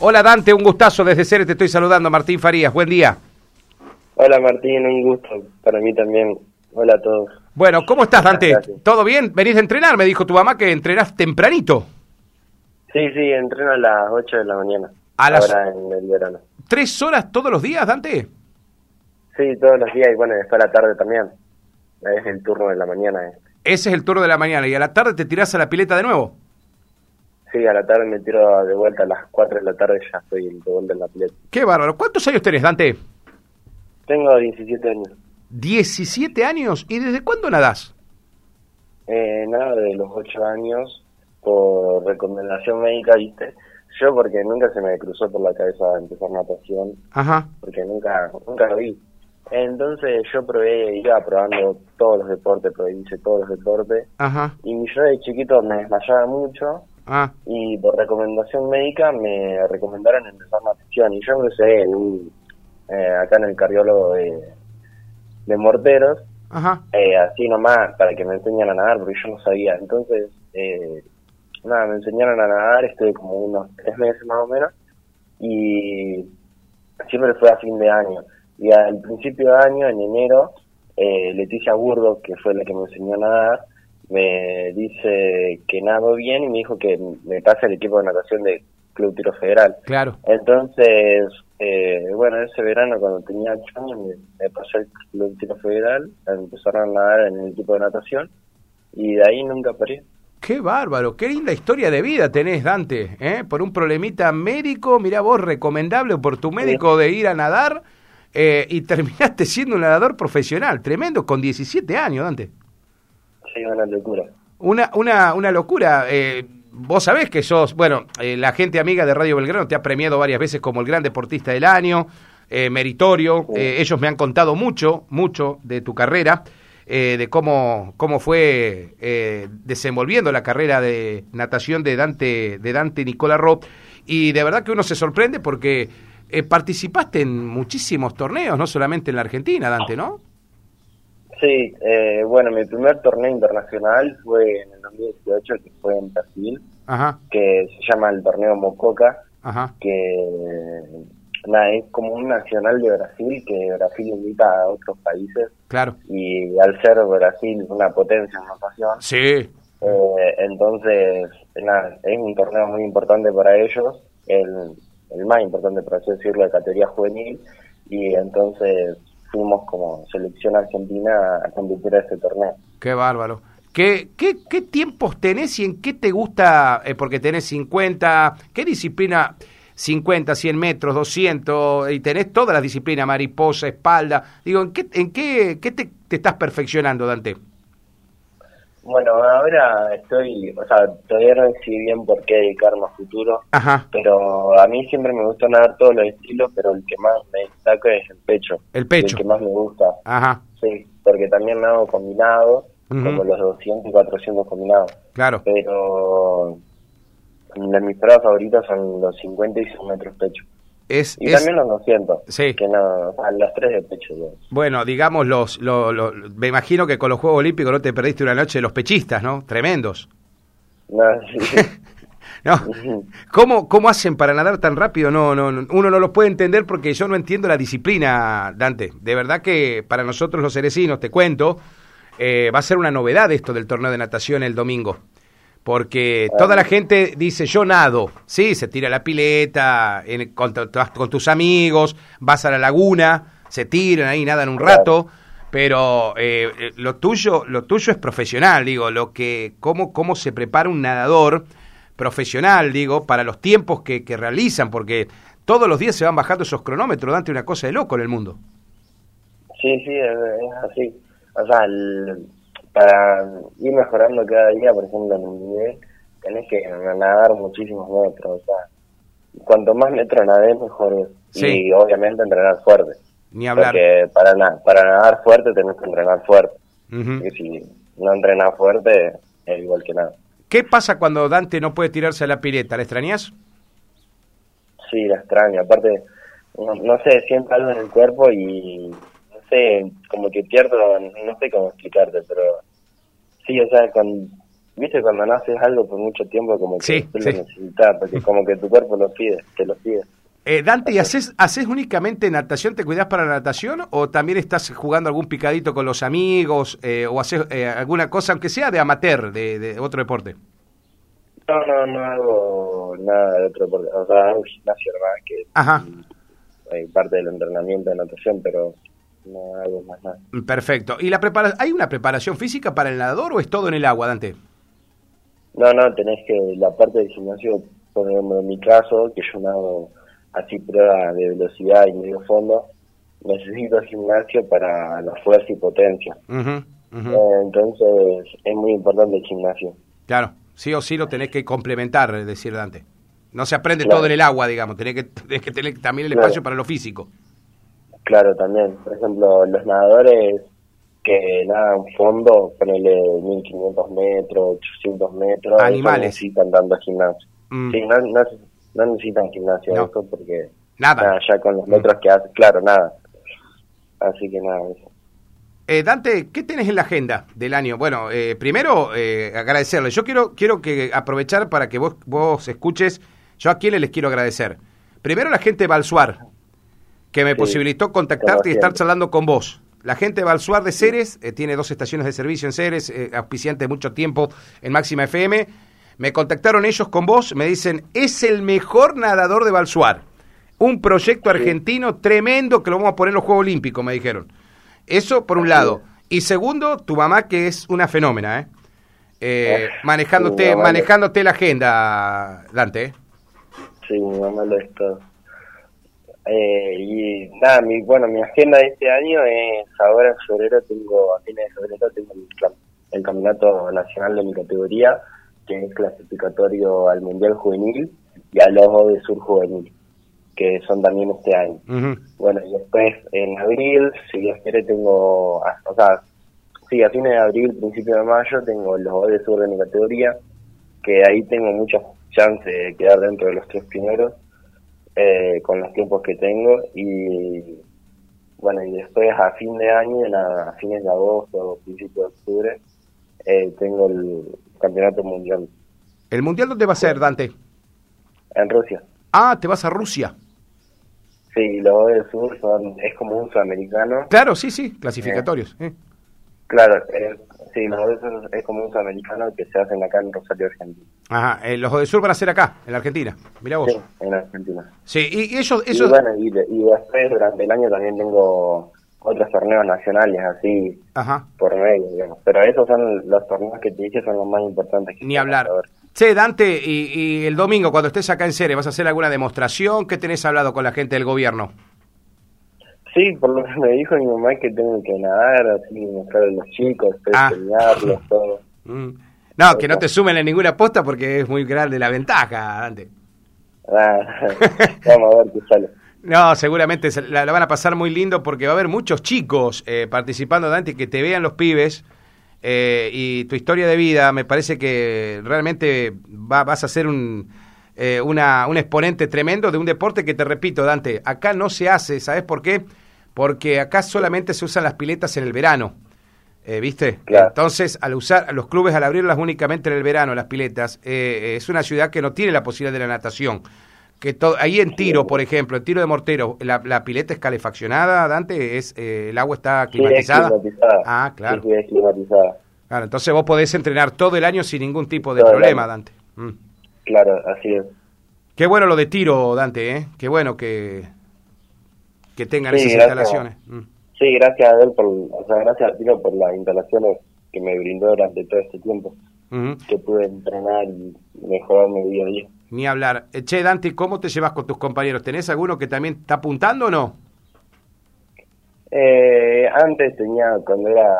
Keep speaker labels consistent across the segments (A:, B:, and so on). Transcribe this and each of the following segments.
A: Hola Dante, un gustazo desde Ceres, te estoy saludando. Martín Farías, buen día.
B: Hola Martín, un gusto para mí también. Hola a todos.
A: Bueno, ¿cómo estás Dante?
B: Gracias.
A: ¿Todo bien? ¿Venís de entrenar? Me dijo tu mamá que entrenás tempranito.
B: Sí, sí, entreno a las 8 de la mañana.
A: A las-
B: Ahora en el verano.
A: ¿Tres horas todos los días, Dante?
B: Sí, todos los días y bueno, después a la tarde también. Es el turno de la mañana. eh.
A: Ese es el turno de la mañana y a la tarde te tirás a la pileta de nuevo.
B: Sí, a la tarde me tiro de vuelta a las 4 de la tarde, ya estoy de vuelta en la pileta.
A: Qué bárbaro. ¿Cuántos años tenés, Dante?
B: Tengo 17 años.
A: 17 años. ¿Y desde cuándo nadás?
B: Eh, nada, de los 8 años, por recomendación médica, viste. Yo porque nunca se me cruzó por la cabeza empezar natación,
A: Ajá.
B: porque nunca, nunca lo vi. Entonces yo probé, iba probando todos los deportes, probé hice todos los deportes.
A: Ajá.
B: Y yo de chiquito me desmayaba mucho
A: Ah.
B: y por recomendación médica me recomendaron empezar natación. Y yo empecé en un- eh, acá en el cardiólogo de, de morteros,
A: Ajá.
B: eh, así nomás para que me enseñen a nadar, porque yo no sabía. Entonces, eh, nada, me enseñaron a nadar, estuve como unos tres meses más o menos, y siempre fue a fin de año. Y al principio de año, en enero, eh, Leticia Burdo, que fue la que me enseñó a nadar, me dice que nado bien y me dijo que me pase el equipo de natación de Club Tiro Federal.
A: Claro.
B: Entonces, eh, bueno, ese verano cuando tenía 8 años me, me pasé el Club Tiro Federal, empezaron a nadar en el equipo de natación y de ahí nunca parí.
A: Qué bárbaro, qué linda historia de vida tenés, Dante. ¿eh? Por un problemita médico, mirá vos, recomendable por tu médico de ir a nadar eh, y terminaste siendo un nadador profesional. Tremendo, con 17 años, Dante.
B: Sí, una locura.
A: Una, una, una locura. eh, vos sabés que sos, bueno, eh, la gente amiga de Radio Belgrano te ha premiado varias veces como el gran deportista del año, eh, meritorio.
B: Sí.
A: eh, ellos me han contado mucho, mucho de tu carrera, eh, de cómo, cómo fue eh, desenvolviendo la carrera de natación de Dante, de Dante Nicola Rob. Y de verdad que uno se sorprende porque eh, participaste en muchísimos torneos, no solamente en la Argentina, Dante, ¿no?
B: Sí, eh, bueno, mi primer torneo internacional fue en el 2018, que fue en Brasil,
A: Ajá,
B: que se llama el torneo Mococa,
A: ajá,
B: que nada, es como un nacional de Brasil, que Brasil invita a otros países
A: claro.
B: y al ser Brasil una potencia en natación,
A: Sí,
B: Eh, entonces, nada, es un torneo muy importante para ellos, el, el más importante, por así decirlo, de categoría juvenil, y entonces fuimos como selección argentina a competir a ese torneo.
A: Qué bárbaro. ¿Qué, qué, qué tiempos tenés y en qué te gusta? eh, porque tenés 50, ¿qué disciplina? 50, 100 metros, 200, y tenés todas las disciplinas, mariposa, espalda. Digo, ¿en qué, en qué, qué te, te estás perfeccionando, Dante?
B: Bueno, ahora estoy, o sea, todavía no decidí bien por qué dedicarme a futuro,
A: Ajá,
B: pero a mí siempre me gusta nadar todos los estilos, pero el que más me destaca es el pecho.
A: El pecho.
B: El que más me gusta,
A: ajá,
B: sí, porque también me hago combinado,
A: Ujú.
B: como los 200 y 400 combinados.
A: claro.
B: Eh, pero de mis pruebas favoritas son los 50 y 100 metros pecho.
A: Es,
B: Y
A: es-
B: también los 200,
A: Sí.
B: que no, a los tres de pecho. digo.
A: bueno, digamos, los, lo- lo- me imagino que con los Juegos Olímpicos no te perdiste una noche de los pechistas, ¿no? Tremendos.
B: No, sí.
A: ¿No? ¿Cómo, ¿Cómo hacen para nadar tan rápido? No, no, no, uno no los puede entender porque yo no entiendo la disciplina, Dante. De verdad que para nosotros los cerecinos, te cuento, eh, va a ser una novedad esto del torneo de natación el domingo. Porque toda la gente dice, yo nado, sí, se tira a la pileta, en- con, tu- tu- con tus amigos, vas a la laguna, se tiran ahí, nadan un
B: Claro.
A: rato, pero eh, eh, lo tuyo, lo tuyo es profesional, digo, lo que, cómo, cómo se prepara un nadador profesional, digo, para los tiempos que, que realizan, porque todos los días se van bajando esos cronómetros, Dante, una cosa de loco en el mundo.
B: sí, sí, es, es así. O sea, el- para ir mejorando cada día, por ejemplo, en el nivel, tenés que nadar muchísimos metros. O sea, cuanto más metros nadés, mejor es.
A: Sí.
B: Y obviamente entrenar fuerte.
A: Ni hablar.
B: Porque para, na- para nadar fuerte tenés que entrenar fuerte.
A: Ujú.
B: Y si no entrenas fuerte, es igual que nada.
A: ¿Qué pasa cuando Dante no puede tirarse a la pileta? ¿La extrañas?
B: Sí, la extraño. Aparte, no, no sé, siento algo en el cuerpo y no sé, como que pierdo, no sé cómo explicarte, pero sí, o sea, con, viste cuando no haces algo por mucho tiempo como que
A: Sí,
B: tú
A: sí. Mm.
B: lo necesitas, porque como que tu cuerpo lo pide, te lo pide.
A: Eh, Dante, ¿y haces, haces únicamente natación? ¿Te cuidás para la natación? ¿O también estás jugando algún picadito con los amigos? eh, ¿O haces eh, alguna cosa, aunque sea de amateur, de, de otro deporte?
B: No, no, no hago nada de otro, deporte, o sea, hago gimnasio nomás, que
A: Ajá.
B: hay parte del entrenamiento de natación, pero no hago más nada.
A: Mm, Perfecto. ¿Y la prepara hay una preparación física para el nadador o es todo en el agua, Dante?
B: No, no, tenés que la parte del gimnasio, por ejemplo, en mi caso, que yo nado así pruebas de velocidad y medio fondo, necesito gimnasio para la fuerza y potencia.
A: Ujú, ujú.
B: Eh, entonces, es muy importante el gimnasio.
A: Claro, sí o sí lo tenés que complementar, es decir Dante. No se aprende
B: Claro.
A: todo en el agua, digamos. Tenés que, tenés que tener también el
B: Claro.
A: espacio para lo físico.
B: Claro, también. Por ejemplo, los nadadores que nadan fondo, ponele 1500 metros, 800 metros, eso
A: Animales.
B: necesitan tanto gimnasio.
A: Mm.
B: Sí, no, no, no necesitan gimnasio
A: No.
B: eso porque
A: Nada.
B: ya con los
A: Mm.
B: metros que hace, claro, nada. Así que nada, eso.
A: Eh, Dante, ¿qué tenés en la agenda del año? Bueno, eh, primero eh, agradecerle. Yo quiero, quiero que aprovechar para que vos, vos escuches. Yo a quienes les quiero agradecer. Primero la gente de Balsuar, que me
B: Sí,
A: posibilitó
B: como
A: contactarte y estar
B: siempre.
A: charlando con vos. La gente de Balsuar de Ceres, eh, tiene dos estaciones de servicio en Ceres, eh, auspiciante mucho tiempo en Máxima FM. Me contactaron ellos con vos, me dicen, es el mejor nadador de Balsuar. Un proyecto argentino tremendo que lo vamos a poner en los Juegos Olímpicos, me dijeron. Eso por un
B: Así
A: lado.
B: es.
A: Y segundo, tu mamá que es una fenómena, ¿eh? Eh,
B: Ah,
A: manejándote,
B: mi mamá lo-
A: manejándote la agenda, Dante. ¿eh?
B: Sí, mi mamá lo es todo. Eh, y nada, mi, bueno, mi agenda de este año es ahora en febrero, tengo, a fines de febrero tengo el, cla- el campeonato nacional de mi categoría, que es clasificatorio al Mundial Juvenil y al Ojo de Sur Juvenil, que son también este año.
A: Ujú.
B: Bueno, y después en abril, si Dios quiere, tengo, ah, o sea, sí, a fines de abril, principio de mayo, tengo los Juegos de sur de mi categoría, que ahí tengo muchas chances de quedar dentro de los tres primeros, eh, con los tiempos que tengo, y bueno, y después a fin de año, en a, a fines de agosto o principio de octubre, eh, tengo el campeonato mundial
A: ¿El mundial dónde va a ser, Dante?
B: en Rusia.
A: Ah, te vas a Rusia.
B: Sí, los Juegos del sur son, es como un sudamericano,
A: Claro, sí, sí, clasificatorios. eh.
B: Claro, eh, sí, los dos es, es como un sudamericano que se hacen acá en Rosario, Argentina.
A: Ajá, eh, los de Sur van a ser acá, en la Argentina. Mirá vos.
B: Sí, en Argentina.
A: Sí, y, y ellos,
B: Y
A: ellos
B: bueno, y, de- y después durante el año también tengo otros torneos nacionales así
A: Ajá,
B: por medio, digamos. Pero esos son los torneos que te dije son los más importantes. Que
A: ni
B: tengo
A: hablar.
B: hasta ahora.
A: Che, Dante, y, y el domingo, cuando estés acá en Ceres, ¿vas a hacer alguna demostración? ¿Qué tenés hablado con la gente del gobierno?
B: Sí, por lo que me dijo mi mamá que tengo que nadar, así, mostrar a los chicos, después
A: Ah.
B: enseñarlos, todo.
A: Mm. No, que no te sumen en ninguna posta porque es muy grande la ventaja, Dante.
B: Ah, vamos a ver qué sale.
A: No, seguramente se- la, la van a pasar muy lindo porque va a haber muchos chicos eh, participando, Dante, que te vean los pibes eh, y tu historia de vida. Me parece que realmente va- vas a ser un, eh, una- un exponente tremendo de un deporte que, te repito, Dante, acá no se hace. ¿Sabes por qué? Porque acá solamente se usan las piletas en el verano. eh, ¿Viste?
B: Claro.
A: Entonces, al usar a los clubes, al abrirlas únicamente en el verano, las piletas, eh, es una ciudad que no tiene la posibilidad de la natación. Que to- ahí en tiro, por ejemplo, en tiro de mortero, la, la pileta es calefaccionada, Dante, es eh, el agua está
B: Sí, es
A: climatizada.
B: climatizada.
A: Ah, claro.
B: Sí, sí, es climatizada.
A: Claro, entonces vos podés entrenar todo el año sin ningún tipo de
B: Todo el
A: problema,
B: año.
A: Dante. Mm.
B: Claro, así es.
A: Qué bueno lo de tiro, Dante, ¿eh? Qué bueno que, que tengan
B: Sí,
A: esas
B: gracias.
A: instalaciones. Mm.
B: Sí, gracias a él, por, o sea, gracias a Tiro por las instalaciones que me brindó durante todo este tiempo,
A: Ujú.
B: que pude entrenar y mejorar mi día a día.
A: Ni hablar. Eh, Che, Dante, ¿cómo te llevas con tus compañeros? ¿Tenés alguno que también está apuntando o no?
B: Eh, antes tenía, cuando era,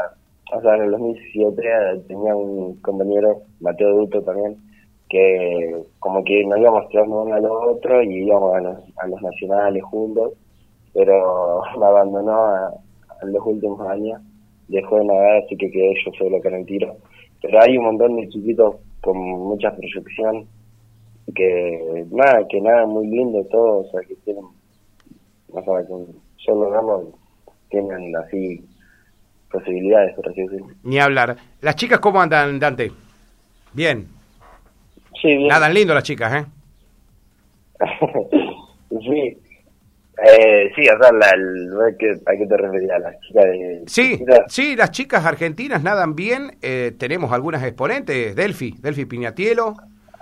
B: o sea, en el 2017 eh, tenía un compañero, Mateo Duto también, que como que nos íbamos tirando uno al otro y íbamos a los, a los nacionales juntos, pero me abandonó a- en los últimos años, dejó de nadar, así que quedé yo solo con el tiro. Pero hay un montón de chiquitos con mucha proyección, que nada, que nada, muy lindo todo, o sea, que tienen, o sea, que yo lo amo, tienen así posibilidades, por así decirlo.
A: Ni hablar. ¿Las chicas cómo andan, Dante? Bien.
B: Sí, bien.
A: Nadan lindo las chicas, ¿eh?
B: sí. Eh, sí, o sea, la, el- ¿qué- ¿a qué te referías? ¿Las chicas de...?
A: Sí,
B: Mira,
A: sí, las chicas argentinas nadan bien. eh, tenemos algunas exponentes. Delphi, Delphi Piñatielo.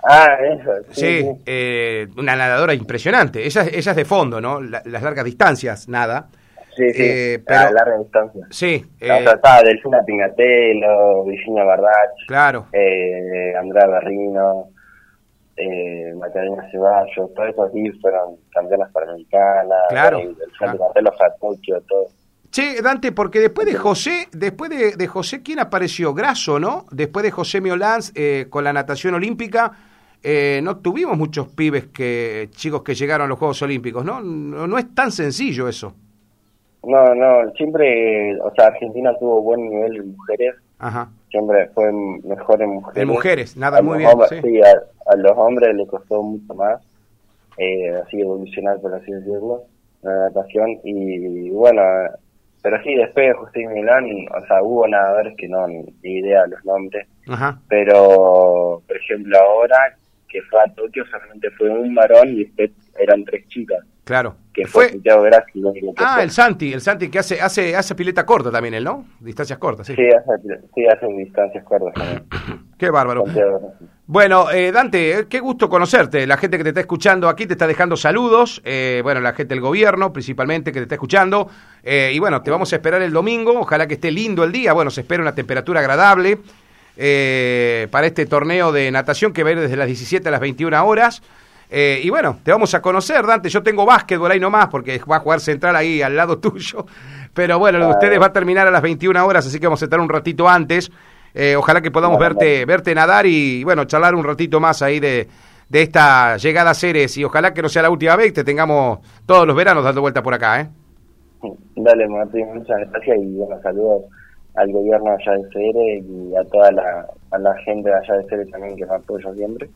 B: Ah, eso, sí.
A: Sí,
B: sí.
A: eh, una nadadora impresionante. Ella, ella es de fondo, ¿no? La- las largas distancias, nada.
B: Sí, sí,
A: eh,
B: a
A: pero-
B: larga distancia.
A: Sí,
B: o
A: eh,
B: sea, estaba Delfina Pingatelo, Virginia Bardach,
A: claro.
B: eh, Andrea Barrino, eh, Macarena Ceballos, todos esos sí fueron campeonas panamericanas, eh,
A: Claro, Ah.
B: el, el Frente
A: claro.
B: Cartelo fue a Tokio, todo.
A: Che, Dante, porque después de José, después de, de José, ¿quién apareció? Graso, ¿no? Después de José Miolanz eh, con la natación olímpica, eh, no tuvimos muchos pibes que, chicos que llegaron a los Juegos Olímpicos, ¿no? No, no es tan sencillo eso.
B: No, no, siempre, o sea, Argentina tuvo buen nivel en mujeres,
A: Ajá.
B: siempre fue m- mejor en mujeres.
A: En mujeres, nada,
B: A
A: muy
B: los
A: bien, sí.
B: hombres- sí, a, a los hombres les costó mucho más, eh, así evolucionar, por así decirlo, la natación. Y bueno, pero sí, después de Justin Milán, o sea, hubo nadadores que no, ni idea los nombres,
A: Ajá.
B: pero por ejemplo ahora que fue a Tokio solamente fue un varón y después eran tres chicas,
A: Claro.
B: que fue, Santiago Grassi, lo único que
A: ah,
B: fue.
A: el Santi, el Santi que hace, hace, hace pileta corta también él, ¿no? Distancias cortas, sí.
B: Sí, hace, sí, hace distancias cortas. también,
A: Qué bárbaro.
B: Santiago Grassi.
A: Bueno, eh, Dante, eh, qué gusto conocerte. La gente que te está escuchando aquí te está dejando saludos. Eh, bueno, la gente del gobierno, principalmente, que te está escuchando. Eh, y bueno, te vamos a esperar el domingo. Ojalá que esté lindo el día. Bueno, se espera una temperatura agradable eh, para este torneo de natación que va a ir desde las 17 a las 21 horas. Eh, y bueno, te vamos a conocer, Dante. Yo tengo básquetbol ahí nomás porque va a jugar central ahí al lado tuyo. Pero bueno, lo de ustedes va a terminar a las 21 horas, así que vamos a estar un ratito antes. Eh, ojalá que podamos
B: Bueno,
A: verte, verte nadar y bueno, charlar un ratito más ahí de, de esta llegada a Ceres. Y ojalá que no sea la última vez y te tengamos todos los veranos dando vuelta por acá, ¿eh?
B: Dale, Martín, muchas gracias y bueno, saludos al gobierno allá de Cere y a toda la, a la gente de allá de Cere también que me apoya siempre.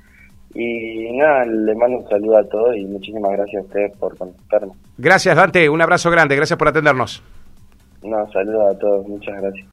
B: Y nada, le mando un saludo a todos y muchísimas gracias a ustedes por contestarme.
A: Gracias, Dante. Un abrazo grande. Gracias por atendernos.
B: No, saludos a todos, muchas gracias.